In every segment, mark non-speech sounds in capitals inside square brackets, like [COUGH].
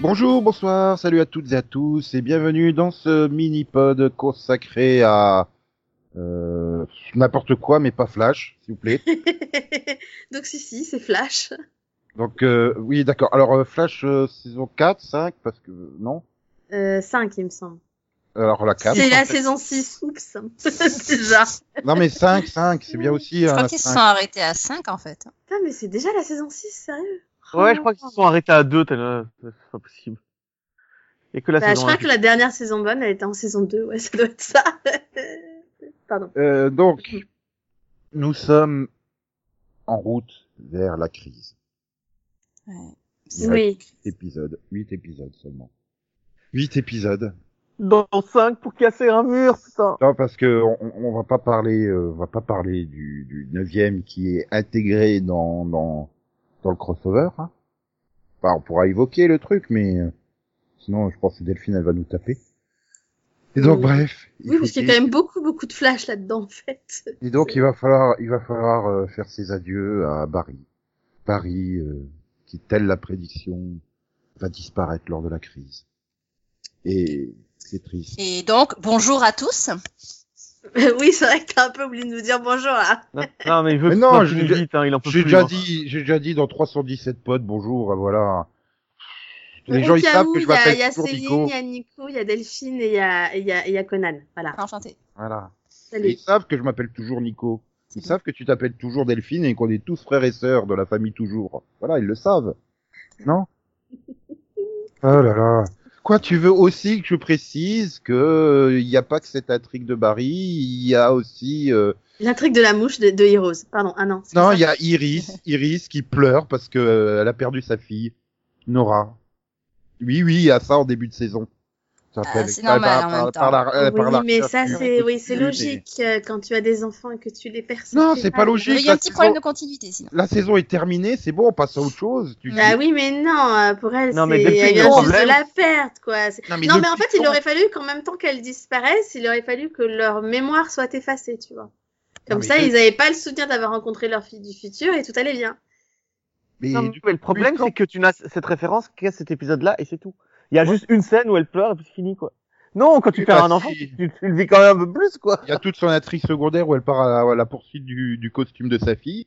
Bonjour, bonsoir, salut à toutes et à tous et bienvenue dans ce mini-pod consacré à euh, n'importe quoi mais pas Flash, s'il vous [LAUGHS] plaît. Donc si, si, c'est Flash. Donc euh, oui, d'accord. Alors euh, Flash euh, saison 4, 5 parce que non. Euh, 5, il me semble. Alors la 4. C'est en la fait. saison 6, oups, [LAUGHS] déjà. Non mais 5, 5, c'est bien aussi. Je hein, crois la qu'ils se cinq. sont arrêtés à 5 en fait. Putain, mais c'est déjà la saison 6, sérieux Ouais, Oh. je crois qu'ils se sont arrêtés à deux, tellement c'est pas possible. Et que la Bah, je saison crois un. que la dernière saison bonne, elle était en saison 2, ouais, ça doit [LAUGHS] être ça. Pardon. Euh, donc, nous sommes en route vers la crise. Il reste Oui. Épisode, 8 épisodes seulement. 8 épisodes. Dans 5 pour casser un mur, putain. Non, parce que on, on- on va pas parler, euh, on va pas parler du, du neuvième qui est intégré dans dans dans le crossover. hein. Enfin, on pourra évoquer le truc, mais euh, sinon, je pense que Delphine elle va nous taper. Et donc, Oui. bref. il Oui, faut parce qu'il y qu'il- a quand même beaucoup, beaucoup de flash là-dedans, en fait. [LAUGHS] Et donc, il va falloir, il va falloir euh, faire ses adieux à Barry. Barry, euh, qui telle la prédiction, va disparaître lors de la crise. Et c'est triste. Et donc, bonjour à tous. oui, c'est vrai que t'as un peu oublié de nous dire bonjour, là. Non, [LAUGHS] non, mais il veut Mais que non, ça je- finisse je- vite, hein, il en peut J'ai plus. déjà hein. dit, j'ai déjà dit dans 317 potes, bonjour, euh, voilà. Les Au gens, ils cas savent où, que je il y a- m'appelle Il y a toujours Céline, Nico. il y a Nico, il y a Delphine et il y a, et il y a, et il y a Conan. Voilà. Enchanté. Voilà. Ils Salut. savent que je m'appelle toujours Nico. Ils savent que tu t'appelles toujours Delphine et qu'on est tous frères et sœurs de la famille toujours. Voilà, ils le savent. [LAUGHS] Non Oh là là. Quoi, tu veux aussi que je précise que euh, il n'y a pas que cette intrigue de Barry, il y a aussi... euh, L'intrigue de la mouche de, de Heroes. Pardon, ah non. c'est Non, ça. il y a [LAUGHS] Iris, Iris qui pleure parce que euh, elle a perdu sa fille, Nora. Oui, oui, il y a ça en début de saison. Ça Ah, fait- c'est normal, en même par la- euh, Oui, par la- oui, mais ça, par la- c'est oui, c'est mais- logique euh, quand tu as des enfants et que tu les perds. ça Non, fait c'est pas logique. Il y la a un petit saison- problème de continuité sinon. la saison est terminée, c'est bon, on passe à autre chose. Tu Bah oui, mais non, euh, pour elle, Non, mais c'est Delphine, elle le vient juste de problème- la perte, quoi. C'est- Non, non, mais en depuis fait, il quand- aurait fallu qu'en même temps qu'elles disparaissent, il aurait fallu que leur mémoire soit effacée, tu vois. Comme mais ça, de- ils n'avaient pas le souvenir d'avoir rencontré leur fille du futur et tout allait bien. mais Non, du- mais le problème, quand- c'est que tu n'as cette référence qu'à cet épisode-là et c'est tout. Il y a juste une scène où elle pleure et puis c'est fini, quoi. Non, quand tu Oui, perds bah, un enfant, si. tu, tu le vis quand même un peu plus, quoi. Il y a toute son intrigue secondaire où elle part à la, à la poursuite du, du costume de sa fille.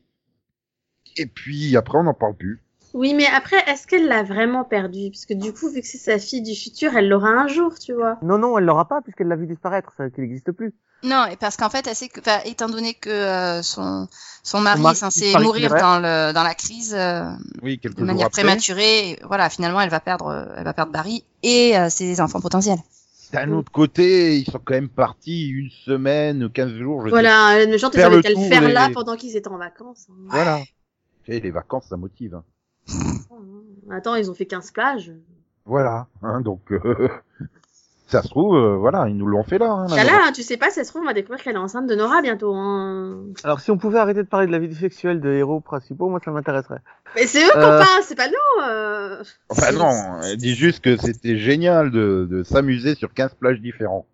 Et puis après, on n'en parle plus. Oui, mais après, est-ce qu'elle l'a vraiment perdue Parce que du coup, vu que c'est sa fille du futur, elle l'aura un jour, tu vois. Non, non, elle l'aura pas puisqu'elle l'a vu disparaître, ça, qu'il n'existe plus. Non, et parce qu'en fait, elle sait que, enfin, étant donné que euh, son, son mari mari est censé disparaît, mourir c'est vrai. dans, le, dans la crise euh, Oui, quelques de jours manière après. prématurée, et voilà, finalement, elle va perdre, euh, elle va perdre Barry et euh, ses enfants potentiels. D'un autre côté, ils sont quand même partis une semaine, 15 jours, je sais Voilà, euh, les gens Faire t'avaient le qu'à le tour faire des- là pendant qu'ils étaient en vacances. hein. pas. Voilà. Tu sais, les vacances, ça motive. hein. hein. Attends, ils ont fait 15 plages. Voilà. Hein, donc, euh, [LAUGHS] ça se trouve, euh, voilà, ils nous l'ont fait là. hein, la Chala, hein, tu sais pas, ça se trouve, on va découvrir qu'elle est enceinte de Nora bientôt. Hein. Alors, si on pouvait arrêter de parler de la vie sexuelle des héros principaux, moi, ça m'intéresserait. Mais c'est eux qu'on Euh. parle, c'est pas nous. euh. Enfin non, elle dit juste que c'était génial de, de s'amuser sur 15 plages différentes.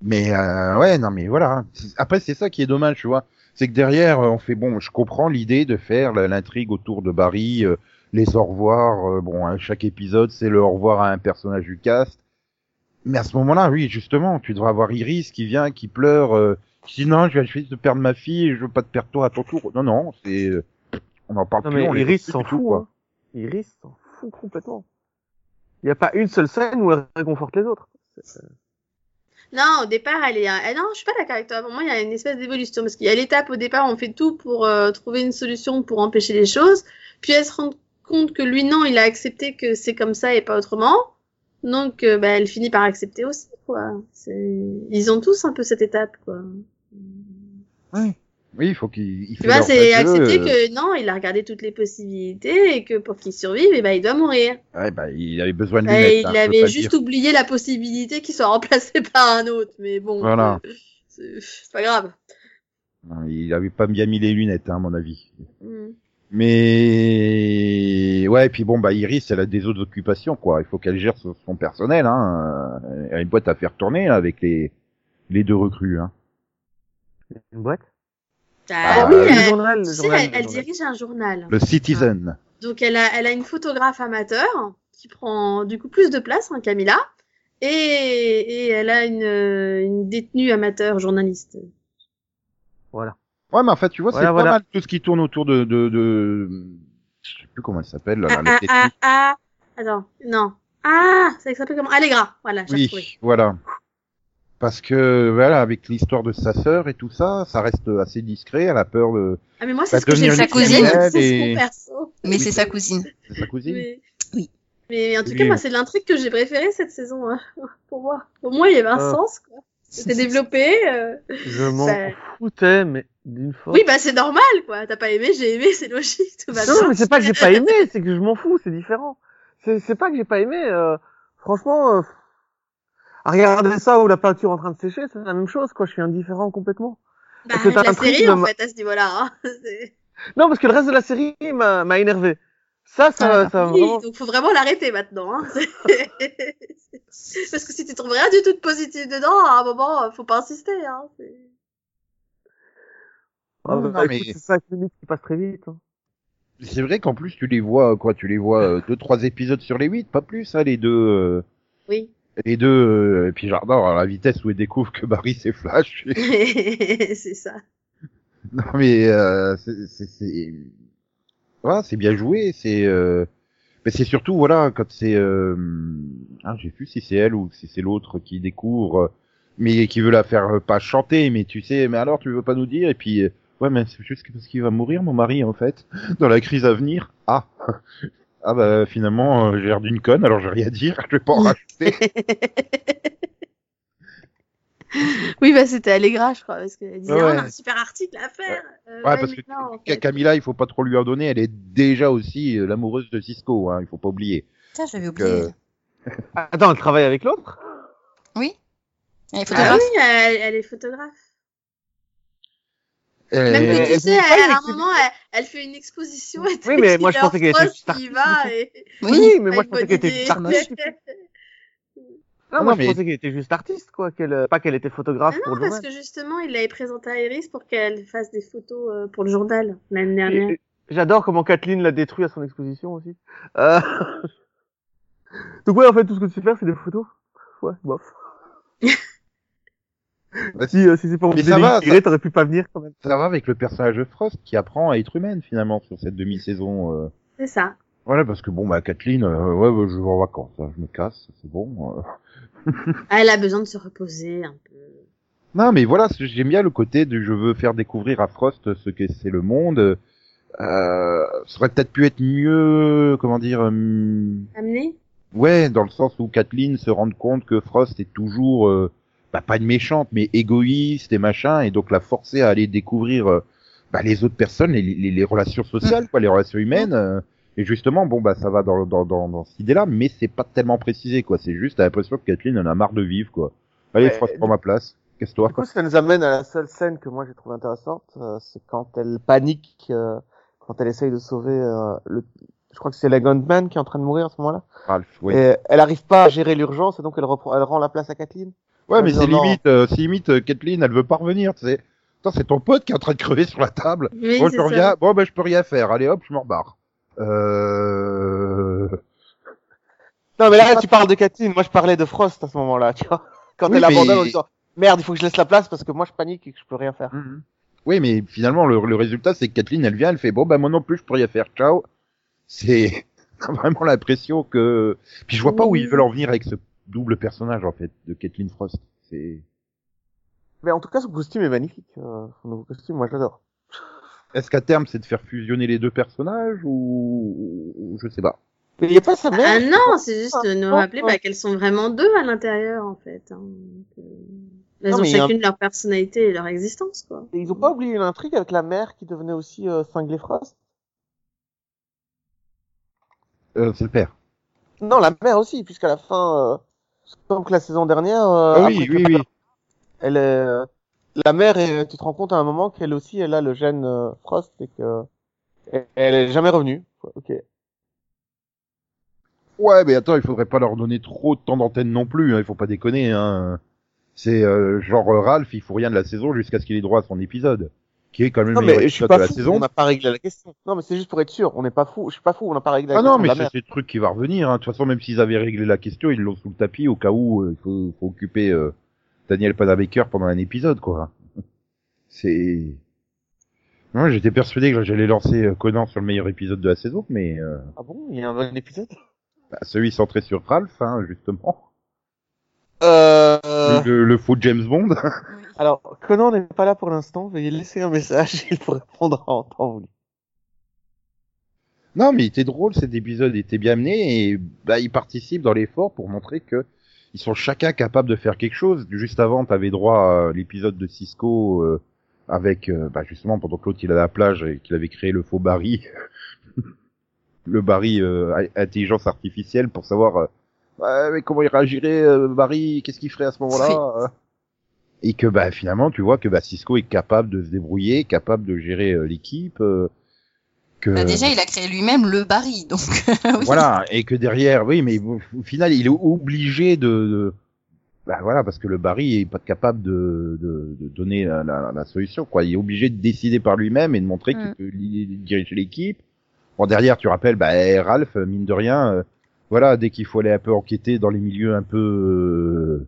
Mais euh, ouais, non mais voilà. C'est- Après c'est ça qui est dommage, tu vois. C'est que derrière euh, on fait bon, je comprends l'idée de faire la- l'intrigue autour de Barry, euh, les au revoir, euh, bon, hein, chaque épisode c'est le au revoir à un personnage du cast. Mais à ce moment-là, oui, justement, tu devrais avoir Iris qui vient, qui pleure, euh, qui dit non, je vais juste de perdre ma fille, je veux pas te perdre toi à ton tour. Non, non, c'est, euh, on en parle Non, plus. mais on les Iris écoute plus s'en du tout, fout, quoi. hein. Iris s'en fout complètement. Il n'y a pas une seule scène où elle réconforte les autres. Non, au départ, elle est. euh, eh non, je suis pas d'accord avec toi. Pour moi, il y a une espèce d'évolution. Parce qu'il y a l'étape au départ, on fait tout pour euh, trouver une solution pour empêcher les choses. Puis elle se rend compte que lui, non, il a accepté que c'est comme ça et pas autrement. Donc, euh, bah, elle finit par accepter aussi, quoi. C'est- Ils ont tous un peu cette étape, quoi. Oui, il faut qu'il. il Tu fait vois, leur c'est aveu, accepter euh, que non, il a regardé toutes les possibilités et que pour qu'il survive, eh ben, il doit mourir. ouais, bah, il avait besoin de Et lunettes. hein, il je peux avait pas juste dire. oublié la possibilité qu'il soit [LAUGHS] remplacé par un autre, mais bon, Voilà. euh, [LAUGHS] c'est c'est pas grave. Non, Il avait pas bien mis les lunettes, hein, à mon avis. Mm. Mais ouais, et puis bon, bah Iris, elle a des autres occupations, quoi. Il faut qu'elle gère son, son personnel. Hein. Euh, Elle a une boîte à faire tourner là, avec les les deux recrues. Hein. Une boîte. Ah, Ah, oui, euh, le elle, journal, le tu sais, Euh, Ah Euh, journal, elle- le elle journal. dirige un journal. Le Citizen. Donc elle a, elle a une photographe amateur qui prend du coup plus de place, hein, Camilla, et, et elle a une, euh, une détenue amateur journaliste. Voilà. Ouais, mais en fait, tu vois, Voilà, c'est voilà. pas mal tout ce qui tourne autour de, de, de... je sais plus comment elle s'appelle, là, Ah, la ah, technique. ah, ah. attends, non. Ah, ça s'appelle comment Allegra, voilà, j'ai oui, retrouvé. voilà. Parce que, voilà, avec l'histoire de sa sœur et tout ça, ça reste assez discret, elle a peur de, Ah mais moi Bah, c'est ce que j'ai devenir vu, une [LAUGHS] criminelle c'est son et- perso. Mais c'est sa cousine. de sa cousine. Mais... Oui. Mais en tout Oui. cas, moi, c'est l'intrigue que j'ai préférée cette saison, hein, [LAUGHS] pour moi. Au moins, il y avait un Ah. sens, quoi. C'était développé. euh, Je m'en ça- foutais, mais d'une fois. Oui, bah c'est normal, quoi. T'as pas aimé, j'ai aimé, c'est logique. Tout va non, bien. mais c'est pas que j'ai [LAUGHS] pas aimé, c'est que je m'en fous, c'est différent. C'est c'est pas que j'ai pas aimé. euh, franchement, euh, à regarder ça ou la peinture en train de sécher, c'est la même chose, quoi. Je suis indifférent complètement. Bah, parce que t'as la l'intrigue série, de en ma- fait, à ce niveau-là. Hein. [LAUGHS] c'est- Non, parce que le reste de la série m'a m'a énervé. Ça, ça, Ah, ça Oui, vraiment. donc faut vraiment l'arrêter maintenant. Hein. [LAUGHS] C'est- Parce que si tu trouves rien du tout de positif dedans, à un moment, faut pas insister. Hein. C'est- Ah, Non, bah, mais- écoute, C'est cinq minutes qui passent très vite. hein. C'est vrai qu'en plus, tu les vois, quoi, tu les vois euh, deux, trois épisodes sur les huit, pas plus, hein, les deux, euh, Oui. les deux, euh, et puis j'adore à la vitesse où ils découvrent que Barry c'est Flash. [LAUGHS] c'est ça. [LAUGHS] non, mais, euh, c'est, c'est, c'est- voilà, c'est bien joué, c'est, euh, mais c'est surtout, voilà, quand c'est, euh, ah, j'ai vu si c'est elle ou si c'est l'autre qui découvre, euh, mais qui veut la faire euh, pas chanter, mais tu sais, mais alors tu veux pas nous dire, et puis, euh, ouais, mais c'est juste parce qu'il va mourir, mon mari, en fait, [LAUGHS] dans la crise à venir. Ah! [LAUGHS] Ah bah finalement euh, j'ai l'air d'une conne alors je vais rien dire, je vais pas en rajouter. Oui, bah c'était Allegra, je crois, parce qu'elle disait, Ouais. Ah, on a un super article à faire. Euh, Ouais, parce que maintenant, en Ca- fait. Camilla il faut pas trop lui en donner, elle est déjà aussi euh, l'amoureuse de Cisco, hein, il faut pas oublier. Putain, j'avais oublié. Euh, Attends, elle travaille avec l'autre Elle est Ah photographe. oui, elle, elle est photographe. Même Euh, que tu elle sais, fait pas elle- à un l'exposition. moment, elle, elle fait une exposition. [LAUGHS] Et Oui, mais moi, je pensais qu'elle était star. Qui [LAUGHS] va et... oui. mais moi je pensais qu'elle était une juste bonne artiste. idée. [LAUGHS] Non, Non, moi mais- je pensais qu'elle était juste artiste, quoi. qu'elle euh, Pas qu'elle était photographe Ah pour non, le parce journal. que justement, il l'avait présentée à Iris pour qu'elle fasse des photos euh, pour le journal l'année dernière. Et- et euh, J'adore comment Kathleen l'a détruit à son exposition aussi. Euh... [LAUGHS] Donc ouais, en fait, tout ce que tu sais faire, c'est des photos. Ouais, bof. [LAUGHS] Bah, si euh, si c'est pour me Mais ça va, délivrer, t'aurais pu pas venir quand même. ça va avec le personnage de Frost qui apprend à être humaine finalement sur cette demi-saison. euh. C'est ça. Voilà parce que bon bah Kathleen, euh, ouais bah, je vais en vacances, hein, je me casse, c'est bon. euh. Elle a besoin de se reposer un peu. Non mais voilà, c'est- j'aime bien le côté de je veux faire découvrir à Frost ce que c'est le monde. Euh, ça aurait peut-être pu être mieux, comment dire, hum, Amenée Ouais, dans le sens où Kathleen se rend compte que Frost est toujours, euh, bah, pas une méchante, mais égoïste et machin, et donc la forcer à aller découvrir euh, bah, les autres personnes, les, les, les relations sociales, quoi, les relations humaines. euh, et justement, bon, bah ça va dans, dans, dans, dans cette idée-là, mais c'est pas tellement précisé, quoi. C'est juste, t'as l'impression que Kathleen en a marre de vivre, quoi. Allez, Ouais, Frost, du- prends ma place. Casse-toi, Du quoi. coup, ça nous amène à la seule scène que moi j'ai trouvé intéressante, euh, c'est quand elle panique, euh, quand elle essaye de sauver euh, le. Je crois que c'est la Gunman qui est en train de mourir à ce moment-là. Ralph, ouais. Et elle arrive pas à gérer l'urgence, et donc elle, reprend, elle rend la place à Kathleen. Ouais, mais Non, c'est non. limite, euh, c'est limite, euh, Kathleen, elle veut pas revenir, tu sais. Attends, c'est ton pote qui est en train de crever sur la table. Oui, bon, Oh, je c'est ça. reviens. Bon, ben, je peux rien faire. Allez, hop, je me rebarre. Euh... Non, mais là, tu parles de Kathleen. Moi, je parlais de Frost à ce moment-là, tu vois. [LAUGHS] Quand Oui, elle mais- abandonne en disant Merde, il faut que je laisse la place parce que moi, je panique et que je peux rien faire. Mhm. Oui, mais finalement, le, le résultat, c'est que Kathleen, elle vient, elle fait, bon, ben, moi non plus, je peux rien faire. Ciao. C'est [LAUGHS] vraiment l'impression que... Puis je vois pas où ils veulent en venir avec ce double personnage, en fait, de Kathleen Frost. C'est... Mais en tout cas, son costume est magnifique. euh, son nouveau costume, moi, j'adore. Est-ce qu'à terme, c'est de faire fusionner les deux personnages ou... ou- Je sais pas. Mais il n'y a pas sa mère. Ah non, c'est juste de nous Ah, rappeler ah. bah, qu'elles sont vraiment deux à l'intérieur, en fait. hein. Donc, euh, Elles Non, ont mais il y a un- chacune leur personnalité et leur existence, quoi. Et Ils ont pas oublié l'intrigue avec la mère qui devenait aussi euh, cinglée Frost. Euh, c'est le père. Non, la mère aussi, puisqu'à la fin, euh, comme que la saison dernière, euh, Ah oui, après que oui, la- oui. elle est, euh, la mère, est- tu te rends compte à un moment qu'elle aussi, elle a le gène euh, Frost et que et- elle est jamais revenue. Ok. Ouais, mais attends, il faudrait pas leur donner trop de temps d'antenne non plus, hein, il faut pas déconner. Hein. C'est euh, genre euh, Ralph, il faut rien de la saison jusqu'à ce qu'il ait droit à son épisode. qui est quand même Non, le meilleur mais je suis épisode pas de la fou, saison. on n'a pas réglé la question. Non, mais c'est juste pour être sûr, on n'est pas fou, je suis pas fou, on n'a pas réglé la Ah question. non, de mais la ça, merde. c'est le truc qui va revenir. hein. De toute façon, même s'ils avaient réglé la question, ils l'ont sous le tapis au cas où euh, il faut, faut occuper euh, Daniel Panabaker pendant un épisode, quoi. [LAUGHS] C'est. Non, j'étais persuadé que j'allais lancer euh, Conan sur le meilleur épisode de la saison, mais euh, Ah bon, il y a un bon épisode bah, celui centré sur Ralph, hein, justement, Euh... le, le faux James Bond. Oui. Alors, Conan n'est pas là pour l'instant, veuillez laisser un message, [LAUGHS] il vous répondra en temps voulu. non, mais il était drôle cet épisode, il était bien amené et bah ils participent dans l'effort pour montrer que ils sont chacun capables de faire quelque chose. Juste avant, t'avais droit à l'épisode de Cisco euh, avec euh, bah, justement pendant que l'autre il est à la plage et qu'il avait créé le faux Barry, [LAUGHS] le Barry euh, a- intelligence artificielle pour savoir euh, ouais, mais comment il réagirait euh, Barry, qu'est-ce qu'il ferait à ce moment-là euh. et que bah finalement tu vois que bah Cisco est capable de se débrouiller, capable de gérer euh, l'équipe. euh, que... Bah, déjà, il a créé lui-même le Barry, donc Ah oui. Voilà, et que derrière, oui, mais au au final, il est obligé de, de- bah voilà, parce que le Barry est pas capable de, de, de donner la, la- la solution, quoi. Il est obligé de décider par lui-même et de montrer qu'il Mm. peut li- li- diriger l'équipe. Bon, derrière, tu rappelles, bah, eh, Ralph, mine de rien, euh, voilà, dès qu'il faut aller un peu enquêter dans les milieux un peu, euh,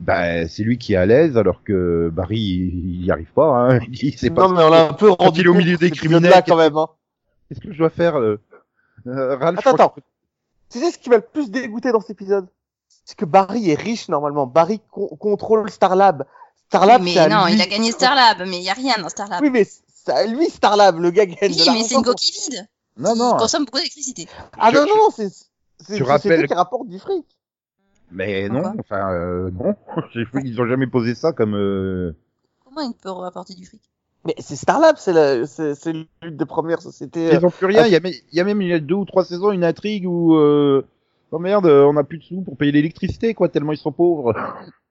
bah, c'est lui qui est à l'aise, alors que Barry, il n'y arrive pas, hein. [LAUGHS] Il sait pas Non, mais on l'a un peu rendu il est au compte milieu de des cet criminels, épisode-là, qu'est-ce quand même, hein. qu'est-ce que je dois faire, euh, euh, Ralph. je Attends, crois que- Tu sais ce qui m'a le plus dégoûté dans cet épisode C'est que Barry est riche normalement. Barry con- contrôle Starlab. Starlab, mais c'est à non, lui. il a gagné Starlab, mais il n'y a rien dans Starlab. Oui, mais c'est à lui Starlab, le gars gagne. Oui, de l'argent. mais c'est une coquille vide. Non, non. Il consomme beaucoup d'électricité. Ah Je- non, je- non, c'est c'est Tu une rappelles- société qui rapporte du fric. Mais Pourquoi non, enfin euh, non, [LAUGHS] j'ai vu qu'ils ont jamais posé ça comme. Euh... Comment il peut apporter du fric Mais c'est Starlab, c'est la- c'est c'est l'une des premières sociétés. euh, Ils ont plus rien. Il y a, même- il y a même il y a deux ou trois saisons une intrigue où euh... oh merde, euh, on a plus de sous pour payer l'électricité quoi, tellement ils sont pauvres. [LAUGHS]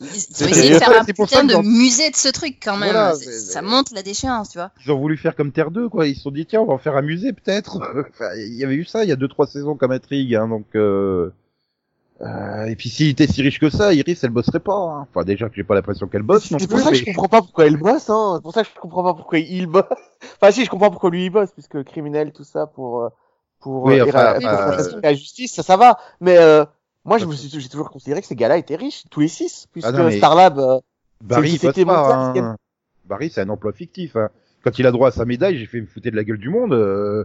Ils ils C'est- ont essayé de faire un c'est pour putain ça qu'ils de ont- musée de ce truc quand même. Voilà, C'est- c'est- ça montre la déchéance, tu vois. Ils ont voulu faire comme Terre 2 quoi. Ils se sont dit tiens on va en faire un musée peut-être. [LAUGHS] Enfin, il y avait eu ça il y a deux trois saisons comme intrigue hein, donc. Euh... euh, et puis s'il était si riche que ça, Iris elle bosserait pas. hein. Enfin déjà que j'ai pas l'impression qu'elle bosse non C'est pour plus. ça que mais- je comprends pas pourquoi elle bosse, hein. C'est pour ça que je comprends pas pourquoi il bosse. [LAUGHS] Enfin, si, je comprends pourquoi lui il bosse, puisque criminel, tout ça, pour, euh, pour, Oui, euh, enfin, éra- pour euh, faire la justice, ça, ça va. Mais, euh, moi, je me suis, j'ai toujours considéré que ces gars-là étaient riches, tous les six, puisque Ah non, mais- Starlab, euh, Barry, il C'est une bosse société pas, mondiale, hein. Barry, c'est un emploi fictif. hein. Quand il a droit à sa médaille, j'ai fait me foutre de la gueule du monde. euh,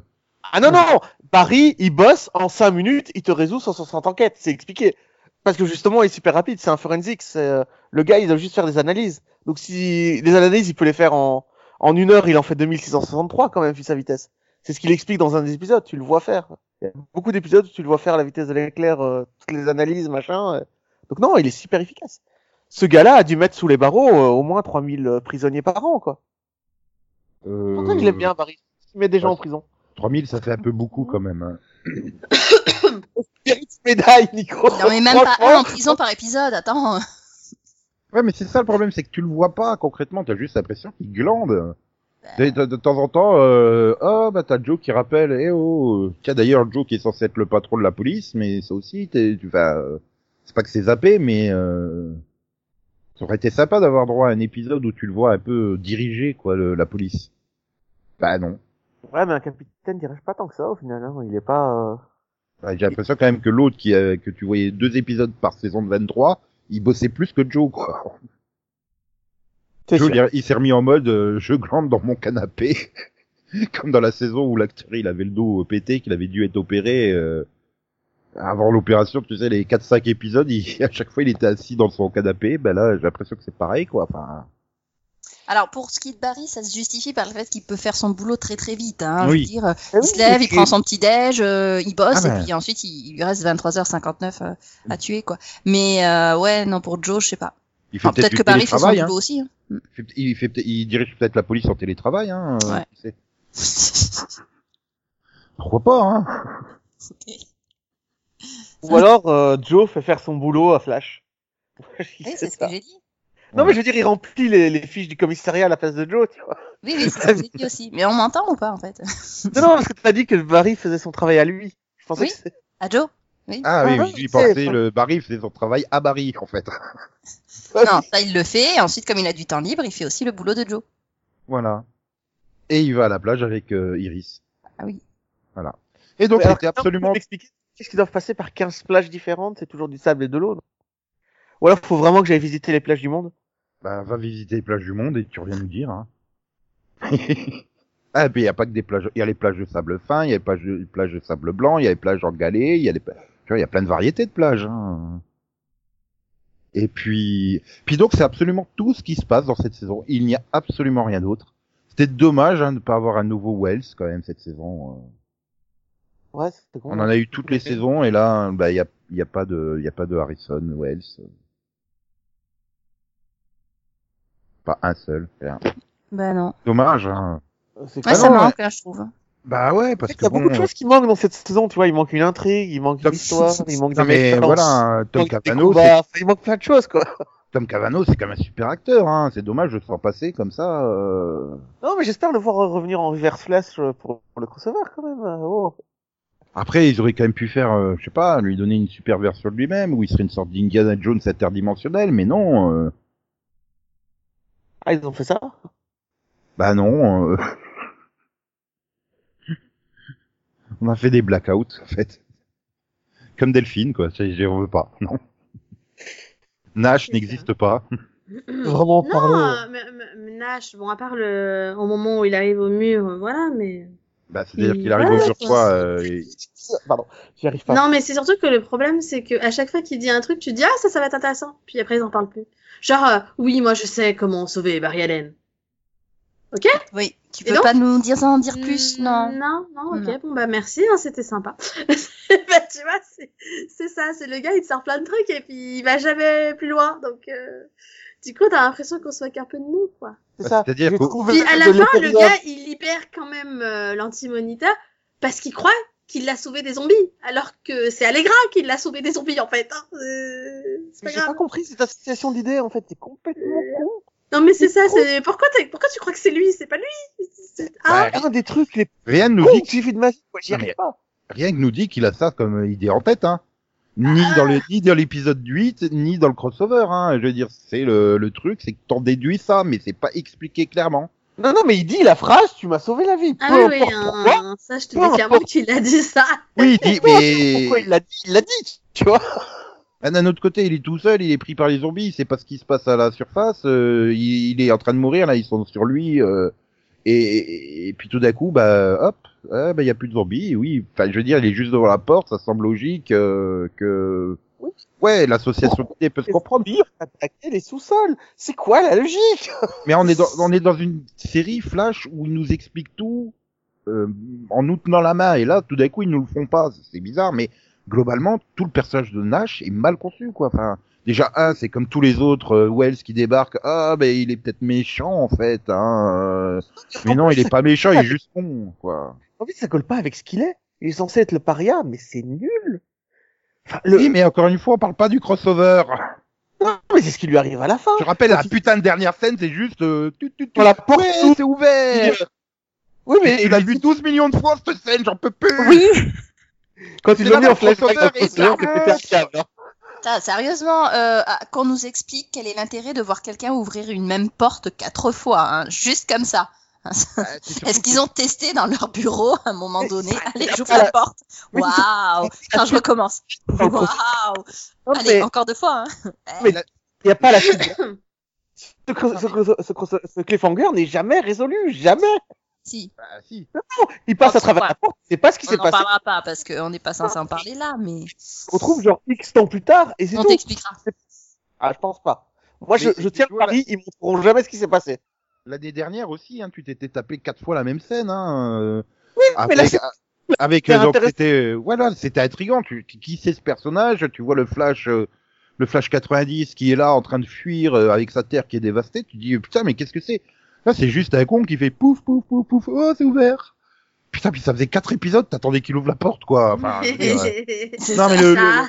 ah non, non, Barry, il bosse en cinq minutes, il te résout 160 enquêtes, c'est expliqué. Parce que justement, il est super rapide, c'est un forensic, c'est, euh, le gars, il doit juste faire des analyses. Donc si, les analyses, il peut les faire en, en une heure, il en fait 2663 quand même, vu sa vitesse. C'est ce qu'il explique dans un des épisodes, tu le vois faire. Il y a beaucoup d'épisodes où tu le vois faire à la vitesse de l'éclair, euh, toutes les analyses, machin. euh. Donc non, il est super efficace. Ce gars-là a dû mettre sous les barreaux euh, au moins 3000 prisonniers par an, quoi. C'est pour ça que je l'aime bien, Barry. Il met des gens ouais. en prison. 3000, euh, ça fait un peu beaucoup quand même. hein. mérite médaille, Nico. Il en met même pas un en Franchement, prison par épisode, attends. Ouais, mais c'est ça le problème, c'est que tu le vois pas concrètement, t'as juste l'impression qu'il glande. Bah. De, de- de temps en temps, euh, oh, bah t'as Joe qui rappelle, eh oh, euh, tiens d'ailleurs Joe qui est censé être le patron de la police, mais ça aussi, t'es- tu vas, euh, c'est pas que c'est zappé, mais euh, ça aurait été sympa d'avoir droit à un épisode où tu le vois un peu diriger quoi le- la police. Bah non. Ouais, mais un capitaine dirige pas tant que ça au final. Hein. Il est pas. euh, Ouais, J'ai l'impression quand même que l'autre qui euh, que tu voyais deux épisodes par saison de 23, il bossait plus que Joe quoi. Joe, il, il s'est remis en mode euh, je glande dans mon canapé [LAUGHS] comme dans la saison où l'acteur il avait le dos euh, pété qu'il avait dû être opéré euh, avant l'opération, tu sais les 4 5 épisodes, il, [LAUGHS] à chaque fois il était assis dans son canapé, ben là j'ai l'impression que c'est pareil quoi. Enfin Alors pour ce qui est de Barry, ça se justifie par le fait qu'il peut faire son boulot très très vite. Hein, Je Oui. veux dire, euh, Eh oui, il se lève, il c'est- prend son petit déj, euh, il bosse Ah ben. Mm. et puis ensuite il, il lui reste 23h59 euh, à tuer quoi. Mais euh, ouais, non pour Joe, je sais pas. il fait Enfin, peut-être peut-être du que Barry fait son télétravail, hein. boulot [LAUGHS] aussi. hein. Il fait- il fait peut-être- il dirige peut-être la police en télétravail hein. euh, Ouais. tu sais. Pourquoi pas hein Ou alors euh, Joe fait faire son boulot à Flash. [LAUGHS] Oui, C'est c'est ce ça. que j'ai dit. Non mais je veux dire, il remplit les, les fiches du commissariat à la place de Joe, tu [LAUGHS] vois. Oui, oui, c'est ce que j'ai dit aussi. Mais on m'entend ou pas en fait Non, non, parce que t'as dit que Barry faisait son travail à lui. Je pensais Oui. que c'est- À Joe Ah Ah oui, ouais, j'y c'est- pensais, le Barry faisait son travail à Barry, en fait. [LAUGHS] Non, ça il le fait. Et ensuite, comme il a du temps libre, il fait aussi le boulot de Joe. Voilà. Et il va à la plage avec euh, Iris. Ah oui. Voilà. Et donc, Mais alors, c'était absolument. Expliquer, qu'est-ce qu'ils doivent passer par 15 plages différentes C'est toujours du sable et de l'eau. non Ou alors, faut vraiment que j'aille visiter les plages du monde Bah, va visiter les plages du monde et tu reviens nous dire. [LAUGHS] Hein. ah, et puis il y a pas que des plages. Il y a les plages de sable fin, il y a les plages de, les plages de sable blanc, il y a les plages en galets, il y a les. pla- Tu vois, il y a plein de variétés de plages. Hein. Et puis, puis donc c'est absolument tout ce qui se passe dans cette saison. Il n'y a absolument rien d'autre. C'était dommage hein, de ne pas avoir un nouveau Wells quand même cette saison. euh. Ouais, c'était con. On en a eu toutes les Ok. saisons et là, bah, y a, y a pas de, y a pas de Harrison Wells. Pas un seul. Bah non. Dommage. Hein. Euh, C'est Ouais, Ah con. ça non, manque, hein, je trouve. Bah ouais, parce Il y que a bon. beaucoup de choses qui manquent dans cette saison, tu vois. Il manque une intrigue, il manque Tom- une histoire, il manque Non des mais méchances, voilà, hein, il Tom manque des Cavano, c'est- combats, enfin, il manque plein de choses, quoi. Tom Cavano, c'est quand même un super acteur. Hein. C'est dommage de s'en passer comme ça. euh. Non, mais j'espère le voir euh, revenir en reverse flash euh, pour, pour le crossover, quand même. euh, Oh. Après, ils auraient quand même pu faire, euh, je sais pas, lui donner une super version de lui-même, où il serait une sorte d'Indiana Jones interdimensionnel, mais non. euh, Ah, ils ont fait ça Bah non. euh. [LAUGHS] On a fait des blackouts, en fait. Comme Delphine, quoi. C'est- Je on veut pas, [LAUGHS] non. Nash C'est n'existe pas. [LAUGHS] Vraiment Mm. non, parler, euh, mais- mais- mais Nash, bon, à part le... au moment où il arrive au mur, euh, voilà, mais. Bah, c'est-à-dire Oui. qu'il arrive au Ouais, mur c'est- quoi, euh, et- Pardon, j'y arrive pas. Non, mais c'est surtout que le problème, c'est que à chaque fois qu'il dit un truc, tu te dis ah ça, ça va être intéressant, puis après ils en parlent plus. Genre euh, oui, moi je sais comment sauver Barry Allen. Oui. Tu Et peux donc pas nous dire en dire plus, Mm, non. Non, non, ok, Non. bon bah merci, hein, c'était sympa. [LAUGHS] bah, tu vois, c'est- c'est ça, c'est le gars, il te sort plein de trucs et puis il va jamais plus loin, donc euh, du coup t'as l'impression qu'on soit qu'un peu de nous, quoi. C'est ça. C'est-à-dire J'ai qu'au- trouvé Puis à la de fin, le l'épisode. gars, il libère quand même euh, l'antimonita parce qu'il croit qu'il l'a sauvé des zombies, alors que c'est Allegra qui l'a sauvé des zombies en fait. hein. Euh, c'est pas Mais J'ai pas grave. compris cette association d'idées, en fait. T'es complètement con. Non mais c'est ça, c'est pourquoi, t'as- pourquoi tu crois que c'est lui C'est pas lui. C'est- Hein Un des trucs les rien ne nous cons dit, que j'ai fait de ma vie, quoi. J'y Non, mais- arrive pas. rien ne nous dit qu'il a ça comme euh, idée en tête, hein. Ni dans le, ni dans l'épisode 8, ni dans le crossover, hein. Je veux dire, c'est le, le truc, c'est que t'en déduis ça, mais c'est pas expliqué clairement. Non, non, mais il dit la phrase, tu m'as sauvé la vie. Ah Peu oui, oui, importe pourquoi. hein, ça je te Peu dis clairement importe. qu'il a dit ça. Oui, il dit, Pourquoi mais. Pourquoi il l'a dit? Il l'a dit, tu vois. Ah, D'un autre côté, il est tout seul, il est pris par les zombies, il sait pas ce qui se passe à la surface, euh, il, il est en train de mourir, là, ils sont sur lui, euh, et, et, et puis tout d'un coup, bah, hop, il bah, y a plus de zombies, oui, enfin, je veux dire, il est juste devant la porte, ça semble logique euh, que... Oui. Ouais, l'association d'idées peut se comprendre, dire attaquer les sous-sols. C'est quoi la logique? mais on est, dans, on est dans une série Flash où ils nous expliquent tout euh, en nous tenant la main, et là, tout d'un coup, ils nous le font pas, c'est bizarre, mais globalement, tout le personnage de Nash est mal conçu, quoi. Enfin, déjà un, c'est comme tous les autres euh, Wells qui débarquent. Ah, mais il est peut-être méchant en fait. Hein. euh, Mais non, il est pas méchant, il est juste con, quoi. En fait, ça colle pas avec ce qu'il est. Il est censé être le paria, mais c'est nul. Enfin, le... Oui, mais encore une fois, on parle pas du crossover. Non, mais c'est ce qui lui arrive à la fin. Je rappelle la il- putain de dernière scène, c'est juste. Euh, tu, tu, tu, Voilà, porte ouais, s'ouvre. c'est ouvert. Oui, mais Mais il a vu 12 millions de fois cette scène, j'en peux plus. Oui. quand c'est ils l'ont là mis dans en flashback, le dans crossover, le crossover, et j'ai pété un câble, hein. Putain, Ah, sérieusement, euh, ah, qu'on nous explique quel est l'intérêt de voir quelqu'un ouvrir une même porte quatre fois, hein, juste comme ça. Hein, Ah, ça- Est-ce qu'ils ont testé dans leur bureau à un moment donné Allez, j'ouvre la porte. Oui, mais Waouh Attends, je recommence. Dans le Waouh crossover. Non, Allez, mais encore deux fois. Hein. il n'y a pas la suite. Ce, cro- ce cro- ce cro- ce cliffhanger n'est jamais résolu, jamais. Si, Bah, si. Il passe Dans à ce travers coin. la porte, c'est pas ce qui on s'est n'en passé. parlera pas parce qu'on n'est pas censé en parler là, mais On retrouve genre X temps plus tard et c'est on tout. t'expliquera. Ah, je pense pas. Moi, je, Mais je tiens tu le vois, pari, ils montreront jamais ce qui s'est passé. L'année dernière aussi, hein, tu t'étais tapé quatre fois la même scène. Hein, euh, Ah, avec, mais là, c'est- avec c'est euh, donc intéressant. c'était euh, voilà, c'était intriguant. Tu, qui- qui c'est ce personnage Tu vois le Flash, euh, le Flash 90 qui est là en train de fuir euh, avec sa terre qui est dévastée. Tu dis euh, putain, mais qu'est-ce que c'est Là, c'est juste un con qui fait pouf, pouf, pouf, pouf. Oh, c'est ouvert. Putain, puis ça faisait quatre épisodes. T'attendais qu'il ouvre la porte, quoi. [LAUGHS] Enfin, je veux dire, euh, C'est Non, ça. mais le- Ça.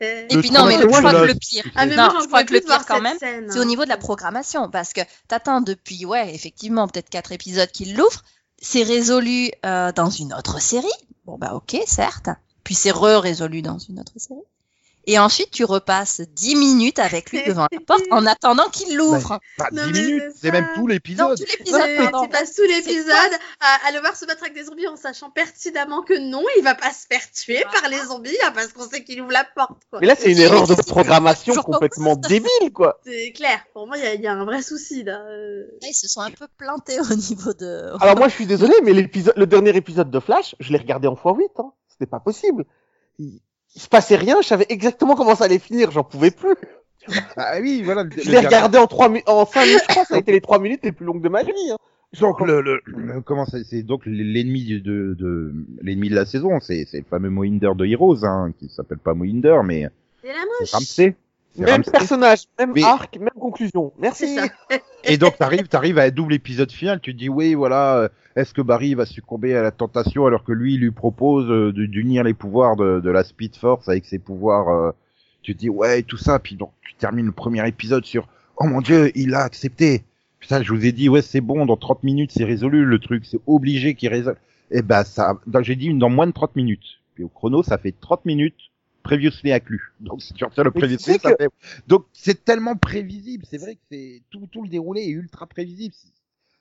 Et le puis non, mais scandale, je crois moi, que je- le pire, Ah mais Non, moi j'en je crois pouvais que le plus de voir pire, quand cette même, scène, c'est hein. au niveau de la programmation parce que t'attends depuis, ouais, effectivement, peut-être quatre épisodes qu'il l'ouvre, c'est résolu euh, dans une autre série. Bon bah ok, certes. Puis c'est re-résolu dans une autre série. Et ensuite, tu repasses 10 minutes avec lui devant la porte en attendant qu'il l'ouvre. Pas Non, 10 mais minutes, c'est c'est ça. même tout Dans l'épisode. tout l'épisode, C'est pardon. tu passes tout l'épisode à, à le voir se battre avec des zombies en sachant pertinemment que non, il va pas se faire tuer par les zombies là, parce qu'on sait qu'il ouvre la porte. quoi. Mais là, c'est une Oui, erreur de c'est- programmation toujours complètement débile, quoi. C'est clair, pour moi, il y, a- il y a un vrai souci là. euh. Ils se sont un peu plantés au niveau de. Alors moi, je suis désolé, mais l'épisode, le dernier épisode de Flash, je l'ai regardé en x8, hein. C'était pas possible. Il... il se passait rien, je savais exactement comment ça allait finir, j'en pouvais plus. Ah oui, voilà. le- Je le l'ai gars- regardé en trois mi- en 5 minutes, je crois, ça a été les trois minutes les plus longues de ma vie, hein. Donc le, le- le- comment ça- c'est donc l'ennemi de, de, de- l'ennemi de la saison, c'est c'est le fameux Mohinder de Heroes, hein, qui s'appelle pas Mohinder, mais C'est la c'est moche. Ramsey. C'est Même Ramsey. personnage, même Oui. arc, même conclusion. C'est Merci. ça. Et donc t'arrives, t'arrives à un double épisode final, tu te dis oui voilà, euh, est-ce que Barry va succomber à la tentation alors que lui il lui propose euh, de- d'unir les pouvoirs de, de la Speed Force avec ses pouvoirs, euh, tu te dis ouais tout ça, puis donc tu termines le premier épisode sur oh mon dieu il a accepté, putain je vous ai dit ouais c'est bon dans 30 minutes c'est résolu le truc, c'est obligé qu'il résolve, et ben ça, donc, j'ai dit dans moins de 30 minutes, puis au chrono ça fait 30 minutes previously inclus, donc si tu retiens le Mais tu previously sais ça que- fait donc c'est tellement prévisible, c'est vrai que c'est tout, tout le déroulé est ultra prévisible. C'est-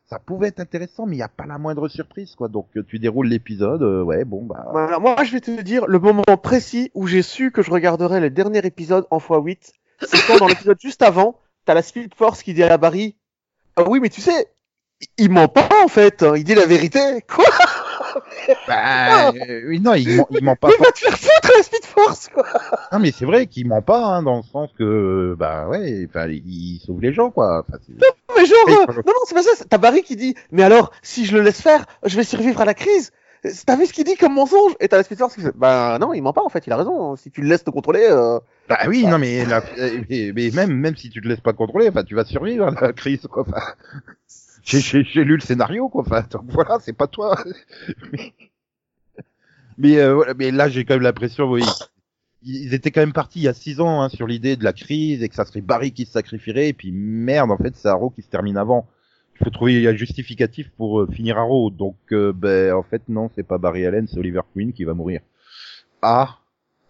Ça pouvait être intéressant, mais il n'y a pas la moindre surprise, quoi. Donc euh, tu déroules l'épisode, euh, ouais, bon bah. Voilà, moi, je vais te dire le moment précis où j'ai su que je regarderais le dernier épisode en x8. C'est quand, dans l'épisode [LAUGHS] juste avant, t'as la Speed Force qui dit à la Barry Ah oui, mais tu sais, il- il ment pas en fait, hein, il dit la vérité. Quoi Ah bah euh, oui, non, il ment, il ment pas. Il va te faire foutre la Speed Force quoi Non, mais c'est vrai qu'il ment pas, hein, dans le sens que euh, bah ouais, enfin, il, il sauve les gens, quoi. Enfin, c'est- Mais genre, Oui, euh, pardon. non, non, c'est pas ça, c'est- t'as Barry qui dit Mais alors, si je le laisse faire, je vais survivre à la crise. Euh, T'as vu ce qu'il dit comme mensonge Et t'as la Speed Force qui fait Bah non, il ment pas en fait, il a raison, si tu le laisses te contrôler. euh, bah oui, non, mais, la- euh, mais, mais même même si tu te laisses pas contrôler, enfin, tu vas survivre [LAUGHS] à la crise, quoi. Enfin, j'ai- j'ai j'ai lu le scénario, quoi. Enfin, donc voilà, c'est pas toi. [LAUGHS] Mais, euh, voilà, mais là, j'ai quand même l'impression, oui. Ils étaient quand même partis il y a six ans hein, sur l'idée de la crise et que ça serait Barry qui se sacrifierait et puis merde en fait c'est Arrow qui se termine avant. Il faut trouver un justificatif pour euh, finir Arrow donc euh, ben en fait non c'est pas Barry Allen c'est Oliver Queen qui va mourir. Ah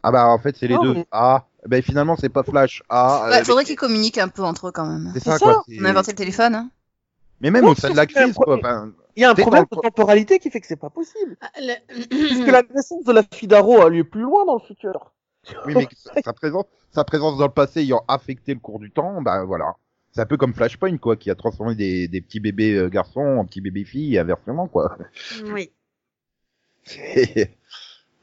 ah bah en fait c'est les Oh, deux. mais- Bah, Ah ben finalement c'est pas Flash. Ah Il euh, faudrait mais- qu'ils communiquent un peu entre eux quand même. c'est c'est ça ça, quoi. On a inventé c'est- le téléphone. Hein. Mais même Non, au sein de la c'est un crise quoi. problème. Enfin, Il y a un T'es problème dans le- de temporalité qui fait que c'est pas possible. Ah, le- Parce que la naissance de la fille d'Aro a lieu plus loin dans le futur. Oui, mais que sa- sa présence, sa présence dans le passé ayant affecté le cours du temps, bah voilà. C'est un peu comme Flashpoint, quoi, qui a transformé des, des petits bébés euh, garçons en petits bébés filles, et inversement, quoi. [CLEARS THROAT] oui. C'est- [LAUGHS]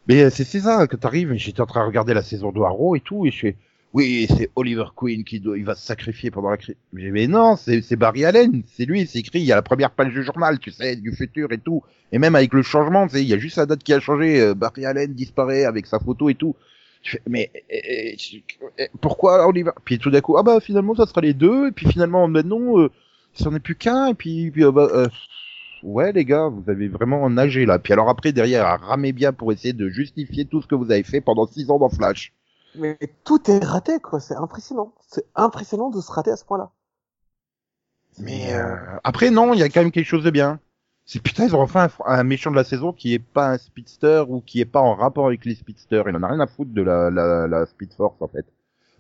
mais euh, c'est c'est ça que t'arrives, et j'étais en train de regarder la saison de Arrow et tout, et je fais, oui, c'est Oliver Queen qui doit, il va se sacrifier pendant la crise. Mais, mais non, c'est c'est Barry Allen, c'est lui, c'est écrit, il y a la première page du journal, tu sais, du futur et tout. Et même avec le changement, tu sais, il y a juste la date qui a changé, euh, Barry Allen disparaît avec sa photo et tout. Je fais, mais euh, euh, je- euh, pourquoi Oliver Puis tout d'un coup, ah bah finalement ça sera les deux, et puis finalement maintenant, euh, ça n'en est plus qu'un, et puis, puis, euh, bah, euh, ouais les gars, vous avez vraiment nagé là. Puis alors après derrière, à ramer bien pour essayer de justifier tout ce que vous avez fait pendant six ans dans Flash. Mais tout est raté, quoi. C'est impressionnant. C'est impressionnant de se rater à ce point-là. Mais euh, après non, il y a quand même quelque chose de bien. C'est putain, ils ont enfin un, fr- un méchant de la saison qui est pas un speedster ou qui est pas en rapport avec les speedsters. Il en a rien à foutre de la, la, la Speed Force en fait.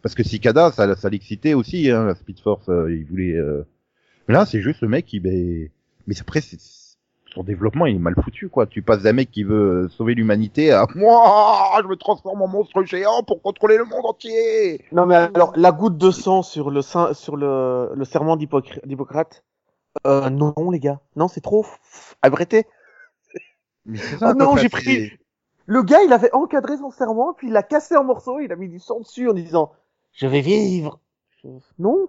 Parce que Cicada, ça, ça l'excitait aussi, hein, la Speed Force. euh, il voulait. euh, Mais là, c'est juste le mec qui. ben, Mais après, c'est... son développement il est mal foutu quoi. Tu passes d'un mec qui veut euh, sauver l'humanité à [LAUGHS] moi, je me transforme en monstre géant pour contrôler le monde entier. Non, mais alors, la goutte de sang sur le, sein, sur le, le serment d'Hippocr- d'Hippocrate. Euh, non, les gars. Non, c'est trop. Arrêtez. Mais c'est Oh non, quoi, j'ai c'est- pris- Le gars, il avait encadré son serment, puis il l'a cassé en morceaux, il a mis du sang dessus en disant Je vais vivre. Non. [LAUGHS]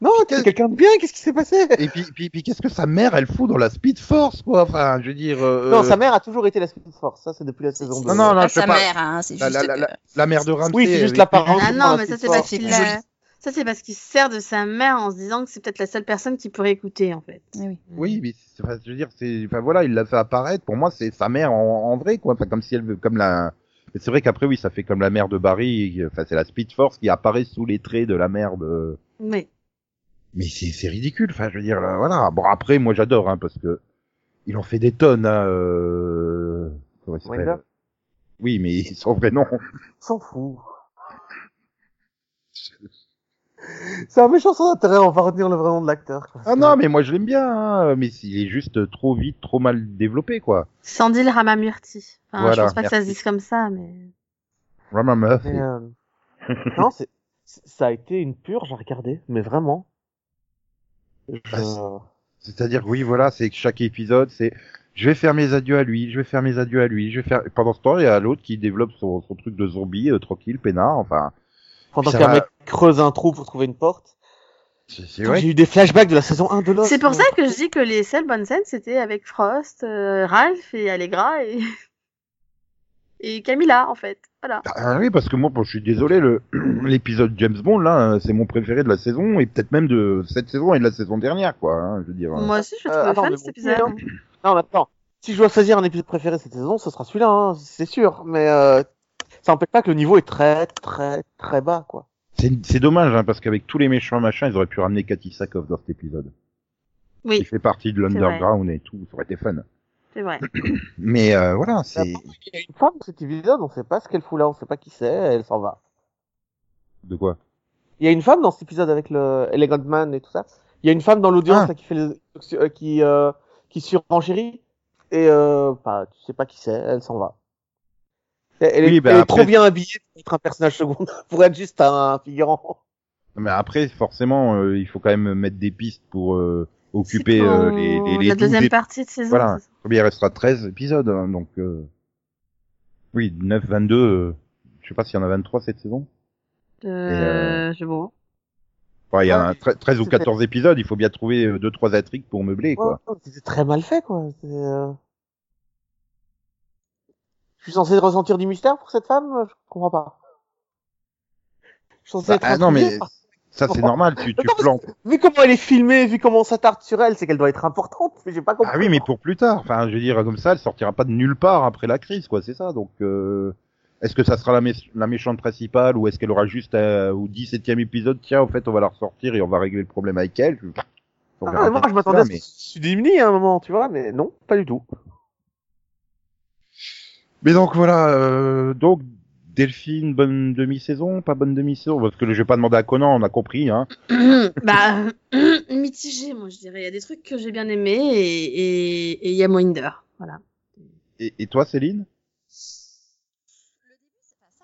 non, t'es quelqu'un de bien, qu'est-ce qui s'est passé Et puis, puis, puis qu'est-ce que sa mère, elle fout dans la Speed Force, quoi Enfin, je veux dire... euh, Non, sa mère a toujours été la Speed Force, ça c'est depuis la C'est- saison c'est- 2. Non, non, c'est non, pas je sais sa pas. mère, hein, c'est La, juste la, la, la- la mère de Ramsey... Oui, c'est juste euh, l'apparence. Ah non, mais ça, c'est parce c'est qu'il la- a- ça, c'est parce qu'il se sert de sa mère en se disant que c'est peut-être la seule personne qui pourrait écouter, en fait. que- Eh oui. Oui, mais c'est- enfin, je veux dire, c'est... Enfin, voilà, il l'a fait apparaître. Pour moi, c'est sa mère en, en vrai, quoi. Enfin, comme si elle... veut- Comme la... Mais c'est vrai qu'après, oui, ça fait comme la mère de Barry. Enfin, c'est la Speed Force qui apparaît sous les traits de la mère de... Oui. mais c'est c'est ridicule enfin je veux dire là, voilà bon après moi j'adore hein parce que il en fait des tonnes hein, euh... comment il s'appelle Wanda oui mais [LAUGHS] son vrai nom S'en fout. C'est un méchant sans intérêt, on va retenir le vrai nom de l'acteur. quoi. Ah non, mais moi je l'aime bien, hein, mais il est juste trop vite, trop mal développé, quoi. Sandil Ramamurti. Enfin, je Voilà, pense pas que ça se merci. dise comme ça, mais. Ramamuff. Mais, [LAUGHS] euh, non, c'est, c'est- ça a été une purge à regarder, mais vraiment. Je- Bah, C'est-à-dire, oui, voilà, c'est que chaque épisode, c'est je vais faire mes adieux à lui, je vais faire mes adieux à lui, je vais faire. Pendant ce temps, il y a l'autre qui développe son, son truc de zombie, euh, tranquille, peinard, enfin. Pendant Ça qu'un va. mec creuse un trou pour trouver une porte. C'est c'est J'ai vrai. eu des flashbacks de la saison 1 de Lost. C'est pour ça que je dis que les seules bonnes scènes, c'était avec Frost, euh, Ralph et Allegra et... [LAUGHS] et Camilla, en fait. Voilà. Ah oui, parce que moi, bon, je suis désolé, le [CLEARS THROAT] l'épisode James Bond, là, euh, c'est mon préféré de la saison, et peut-être même de cette saison et de la saison dernière, quoi, hein, je veux dire. Moi aussi, je Euh, le trouvais attends, fun mais cet bon, épisode. non. Non, mais attends. Si je dois choisir un épisode préféré cette saison, ce sera celui-là, hein, c'est sûr. Mais euh, ça n'empêche pas que le niveau est très, très, très bas, quoi. C'est c'est dommage, hein, parce qu'avec tous les méchants machins, ils auraient pu ramener Cathy Sackhoff dans cet épisode. Oui. Il fait partie de vrai. l'underground et tout, ça aurait été fun. C'est vrai. Mais euh, voilà, c'est Il y a une femme dans cet épisode, on sait pas ce qu'elle fout là, on sait pas qui c'est, elle s'en va. de quoi Il y a une femme dans cet épisode avec le Elegant Man et tout ça. Il y a une femme dans l'audience Ah. là, qui fait les... euh, qui euh, qui surenchérit et euh, bah, tu sais pas qui c'est, elle s'en va. Elle, elle est- Oui, bah, elle est après- trop bien habillée pour être un personnage secondaire, [LAUGHS] pour être juste un figurant. Mais après, forcément, euh, il faut quand même mettre des pistes pour euh, occuper C'est euh, pour les, les, les La 12 deuxième ép- partie de saison. Voilà. c'est ça. Il restera 13 épisodes, hein, donc... euh, Oui, 9, 22... euh, Je sais pas s'il y en a 23 cette saison. Euh, Je bon. Enfin, il y a Ouais, un tre- 13 ou c'est fait. 14 épisodes, il faut bien trouver 2-3 intrigues pour meubler, quoi. Ouais, C'était très mal fait, quoi. C'est, euh, Je suis censé ressentir du mystère pour cette femme Je comprends pas. Je suis censé Bah, être ah non, intrigué mais par- Ça, c'est normal, tu, tu Non, parce plantes. Vu comment elle est filmée, vu comment on s'attarde sur elle, c'est qu'elle doit être importante, mais j'ai pas compris. Ah oui, mais pour plus tard. Enfin, je veux dire, comme ça, elle sortira pas de nulle part après la crise, quoi. C'est ça. Donc, euh, est-ce que ça sera la, mé- la méchante principale ou est-ce qu'elle aura juste euh, au 17e épisode, tiens, au fait, on va la ressortir et on va régler le problème avec elle. Je- on Ah, verra mais moi, peut-être je m'attendais à ça, ce que tu diminues à un moment, tu vois, mais non, pas du tout. Mais donc voilà, euh, donc Delphine, bonne demi-saison, pas bonne demi-saison, parce que je vais pas demander à Conan, on a compris, hein. [CLEARS THROAT] bah, [CLEARS THROAT] mitigé, moi, je dirais. Il y a des trucs que j'ai bien aimés et, et, et il y a Moinder. Voilà. Et, et toi, Céline Ça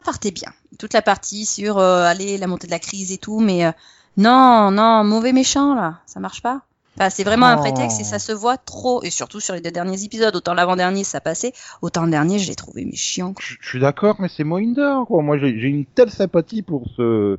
partait bien. Toute la partie sur euh, aller la montée de la crise et tout, mais euh, non, non, mauvais méchant là, ça marche pas. Enfin, c'est vraiment un Oh. prétexte et ça se voit trop, et surtout sur les deux derniers épisodes. Autant l'avant-dernier ça passait, autant le dernier je l'ai trouvé mais chiant. quoi. Je je suis d'accord, mais c'est Moinder, quoi. Moi, j'ai j'ai une telle sympathie pour ce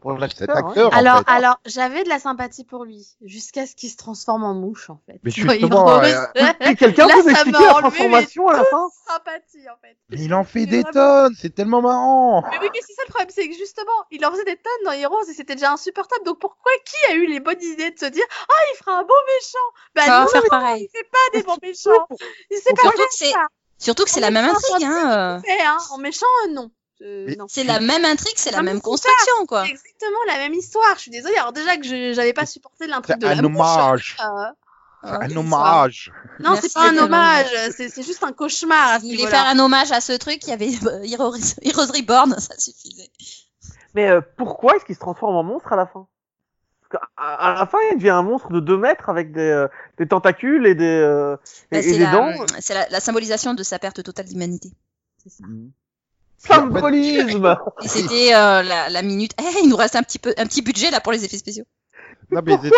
Pour cet l'acteur, ouais. acteur. en Alors, fait. alors, j'avais de la sympathie pour lui jusqu'à ce qu'il se transforme en mouche, en fait. Mais [LAUGHS] Dans justement, euh, [LAUGHS] Heroes. Eh, Et quelqu'un Là, peut ça m'a m'expliquer la enlevé transformation à la fin sympathie, en fait. Mais il en fait Mais des vraiment. tonnes, c'est tellement marrant. Mais oui, mais c'est ça le problème, c'est que justement, il en faisait des tonnes dans Heroes et c'était déjà insupportable. Donc pourquoi qui a eu les bonnes idées de se dire Ah, il fera un bon méchant Bah Ça va non, faire il pareil. fait pas des bons [LAUGHS] méchants. Il sait pas Surtout faire que c'est- ça. Surtout que c'est On la même est sur intrigue, hein. euh. Fait, hein. En méchant, euh, non. Euh, Mais- non. C'est la même intrigue, c'est la Non, Ah, mais même c'est ça. construction quoi. C'est exactement la même histoire. Je suis désolée. Alors déjà que je j'avais pas supporté l'intrigue de C'est la un mouche. hommage. euh, Ouais, Un Ah, c'est hommage. Non, Merci c'est pas un tellement. hommage. C'est c'est juste un cauchemar. Ah, À ça. ce Il voulait niveau-là. faire un hommage à ce truc, il y avait euh, Heroes Heroes Reborn, [LAUGHS] ça suffisait. Mais euh, pourquoi est-ce qu'il se transforme en monstre à la fin Parce qu'à- à, à la fin, il devient un monstre de 2 mètres avec des, euh, des tentacules et des, euh, et, Bah, et c'est des la, dents. c'est la- la symbolisation de sa perte totale d'humanité. C'est ça. Symbolisme Et c'était euh, la, la minute. Eh, il nous reste un petit peu, un petit budget là pour les effets spéciaux. Non, mais c'était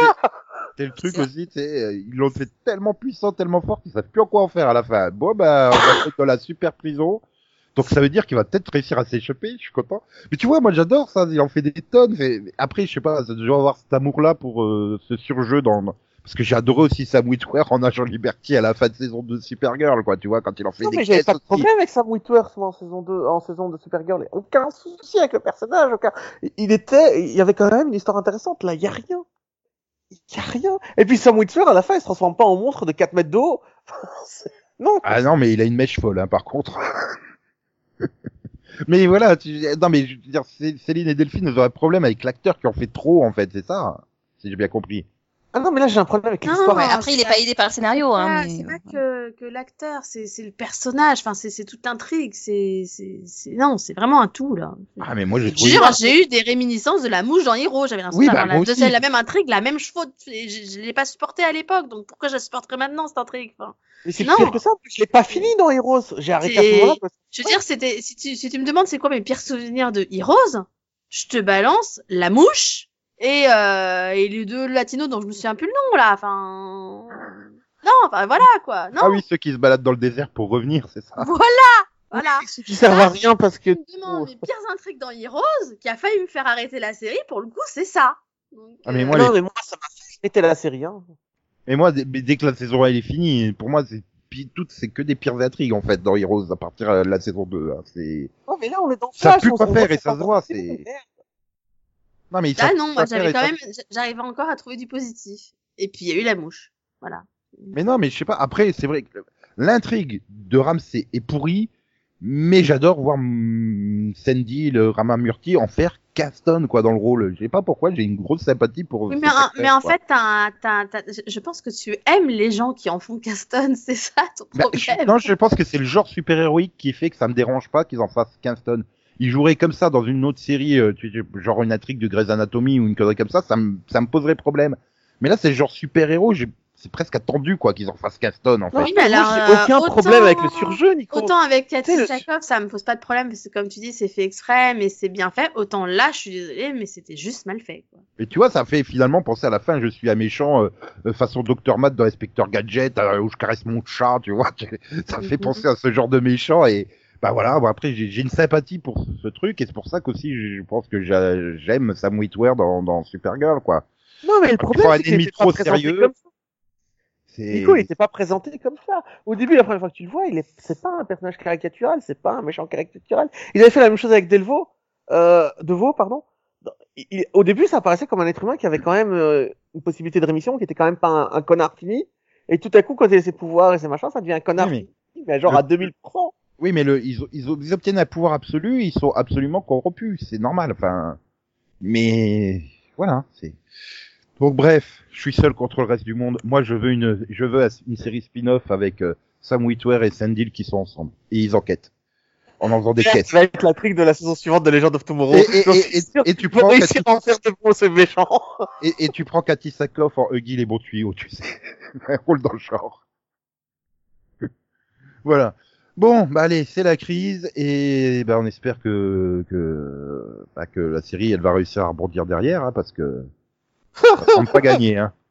c'était le truc C'est- aussi, tu sais, euh, ils l'ont fait tellement puissant, tellement fort qu'ils savent plus en quoi en faire à la fin. Bon, bah, on va être dans la super prison. Donc ça veut dire qu'il va peut-être réussir à s'échapper, je suis content. Mais tu vois, moi j'adore ça, il en fait des tonnes. mais- mais Après, je sais pas, ça doit avoir cet amour-là pour euh, ce surjeu dans... Parce que j'ai adoré aussi Sam Witwer en agent Liberty à la fin de saison de Supergirl, quoi, tu vois, quand il en fait Non, des mais j'avais caisses pas de aussi. problème avec Sam Witwer moi, en saison 2, en saison de Supergirl. Et Aucun souci avec le personnage, aucun. Il était, il y avait quand même une histoire intéressante. Là, il y a rien. Il y a rien. Et puis Sam Witwer, à la fin, il se transforme pas en monstre de 4 mètres de haut. [LAUGHS] C'est- non. Ah non, mais il a une mèche folle, hein, par contre. [LAUGHS] mais voilà, tu... non, mais je veux dire, Cé- Céline et Delphine, ils ont un problème avec l'acteur qui en fait trop, en fait, c'est ça, si j'ai bien compris. Ah non, mais là j'ai un problème avec Non, l'histoire. ouais. Ouais, après, il est pas aidé par le scénario. hein, Ah, mais- C'est pas que, que l'acteur, c'est c'est le personnage, enfin, c'est c'est toute l'intrigue. c'est c'est- c'est- Non, c'est vraiment un tout, là. Ah, mais moi, j'ai Je te trouvé. jure, j'ai eu des réminiscences de la mouche dans Hero. J'avais l'impression Oui, bah, d'avoir moi la, de- aussi. la même intrigue, la même chevaux. Je, je l'ai pas supportée à l'époque, donc pourquoi je la supporterais maintenant cette intrigue Enfin, Mais c'est Non. pire que ça, je l'ai pas fini dans Heroes. J'ai arrêté à C'est- ce moment-là. parce- Je veux dire, c'était si tu, si tu me demandes c'est quoi mes pires souvenirs de Heroes, je te balance la mouche et, euh, et les deux latinos dont je me souviens plus le nom là. Enfin, non, enfin voilà quoi. Non, Ah oui, ceux qui se baladent dans le désert pour revenir, c'est ça. [LAUGHS] voilà, voilà. Ceux qui servent à rien parce Tu que. me demandes mes pires intrigues dans Heroes qui a failli me faire arrêter la série. Pour le coup, c'est ça. Donc, Ah, mais euh, moi, Oh. non, mais moi ça m'a fait arrêter la série. Hein. Mais moi, dès, mais dès que la saison 1 elle est finie, pour moi, c'est pi- toutes c'est que des pires intrigues en fait dans Heroes à partir euh, de la saison 2. hein. C'est Non, Oh, mais là on est dans Ça Flash, pue on- pas on faire voit et que ça pas se voit, possible, c'est- merde. non mais ils Là, savent Ah non, pas moi, faire j'avais et quand ça- même, j'arrivais encore à trouver du positif. Et puis, il y a eu la mouche. Voilà. Mais non, mais je sais pas. Après, c'est vrai que l'intrigue de Ramsey est pourrie, mais j'adore voir mm, Sandy, le Ramamurti, en faire Caston quoi dans le rôle. Je sais pas pourquoi, j'ai une grosse sympathie pour. Oui, cet mais, en- acteur, mais en quoi. fait, t'as, un- t'as, un- t'as- je- je pense que tu aimes les gens qui en font Caston, [LAUGHS] c'est ça ton Bah, problème. je- non, je pense que c'est le genre super-héroïque qui fait que ça me dérange pas qu'ils en fassent 15 tonnes. Ils joueraient comme ça dans une autre série, euh, tu- tu- genre une intrigue de Grey's Anatomy ou une connerie comme ça, ça me, ça me poserait problème. Mais là, c'est le genre super-héros, j'ai- c'est presque attendu quoi qu'ils en fassent 15 tonnes en Non, fait. Oui, mais moi, alors, j'ai euh, aucun autant- problème avec le surjeu, Nico. Autant avec Tu sais, Cathy le- Jacob, ça me pose pas de problème, parce que comme tu dis, c'est fait exprès, mais c'est bien fait. Autant là, je suis désolée, mais c'était juste mal fait. Quoi. Et tu vois, ça fait finalement penser à la fin, je suis un méchant euh, euh, façon Dr Matt dans Inspector Gadget euh, où je caresse mon chat, tu vois. [LAUGHS] tu- ça fait Mhm. penser à ce genre de méchant et bah voilà, bon, après j'ai j'ai une sympathie pour ce- ce truc et c'est pour ça qu'aussi je je pense que j'a- j'aime Sam Witwer dans, dans Supergirl quoi. Non, mais le Pour un problème, c'est qu'il ennemi était pas trop présenté sérieux. comme ça. C'est Nico, il était pas présenté comme ça. Au début, la première fois que tu le vois, il est, c'est pas un personnage caricatural, c'est pas un méchant caricatural. Il avait fait la même chose avec Delvaux, euh, Deveau, pardon. Il- il- au début, ça apparaissait comme un être humain qui avait quand même euh, une possibilité de rémission, qui était quand même pas un, un connard fini. Et tout à coup, quand il a ses pouvoirs et ses machins, ça devient un connard Oui, fini, mais genre Le- à 2000%. Oui, mais le, ils, ils, ils obtiennent un pouvoir absolu, ils sont absolument corrompus, c'est normal. Enfin, mais voilà, c'est. Donc bref, je suis seul contre le reste du monde. Moi, je veux une, je veux une série spin-off avec euh, Sam Witwer et Sandil qui sont ensemble et ils enquêtent en en faisant des Ça quêtes. va être la trick de la saison suivante de Legend of Tomorrow. Et, et, J'en suis [LAUGHS] et, et- sûr et tu qu'ils vont prends réussir à en faire de bons, ces méchants. et, et tu prends Cathy Sackloff en Huggy les bons tuyaux, tu sais, [LAUGHS] un rôle dans le genre. voilà. Bon, bah allez, c'est la crise et bah on espère que que bah, que la série elle va réussir à rebondir derrière hein, parce que ça semble pas gagné hein. [LAUGHS]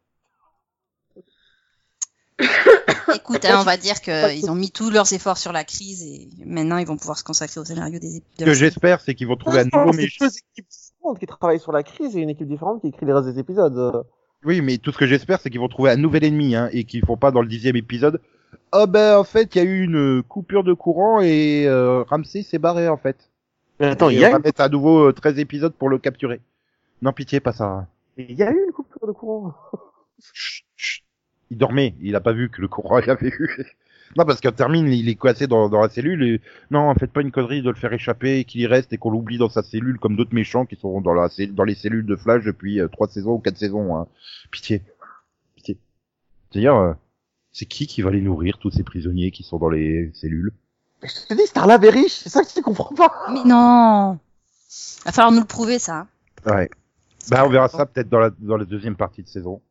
Écoute, hein, on va dire qu'ils ont mis tous leurs efforts sur la crise et maintenant ils vont pouvoir se consacrer au scénario des Ce que épisodes. j'espère c'est qu'ils vont trouver un Pour nouveau l'instant, C'est méchant. deux équipes différentes qui travaillent sur la crise et une équipe différente qui écrit les restes des épisodes. Euh, Oui, mais tout ce que j'espère c'est qu'ils vont trouver un nouvel ennemi hein, et qu'ils font pas dans le dixième épisode. Oh ben en fait il y a eu une coupure de courant et euh, Ramsey s'est barré en fait. Mais attends, Et il y, a on va une... mettre à nouveau euh, 13 épisodes pour le capturer. Non, pitié, pas ça. il y a eu une coupure de courant. Chut, chut. Il dormait, il a pas vu que le courant [LAUGHS] il avait eu. Non, parce qu'en termine, il est coincé dans, dans la cellule et... Non, faites pas une connerie de le faire échapper, qu'il y reste et qu'on l'oublie dans sa cellule comme d'autres méchants qui sont dans, la, cell- dans les cellules de Flash depuis euh, trois saisons ou quatre saisons. hein. Pitié. Pitié. D'ailleurs, euh, c'est qui qui va les nourrir, tous ces prisonniers qui sont dans les cellules Mais Je te dis, Starlab est riche, c'est ça que tu comprends pas. Mais non Va falloir nous le prouver ça. hein. Ouais. Bah, on verra ça peut-être dans la, dans la deuxième partie de saison.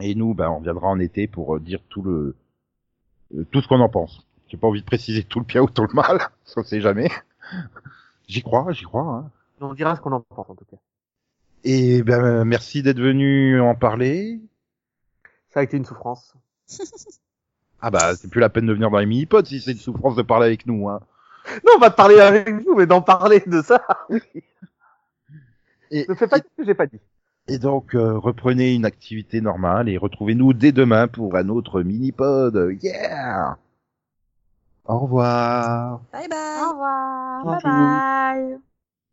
Et nous, bah, on viendra en été pour euh, dire tout le euh, tout ce qu'on en pense. J'ai pas envie de préciser tout le bien ou tout le mal, [LAUGHS] parce qu'on sait jamais. J'y crois, j'y crois. hein. On dira ce qu'on en pense en tout cas. Et ben, euh, merci d'être venu en parler. Ça a été une souffrance. Ah bah, c'est plus la peine de venir dans les mini-pods si c'est une souffrance de parler avec nous. Hein. Non, pas de parler avec vous, mais d'en parler de ça. Et, Ne fais pas ce que j'ai pas dit. et donc, euh, reprenez une activité normale et retrouvez-nous dès demain pour un autre mini-pod. Yeah Au revoir Bye bye Au revoir, Bonjour. bye bye.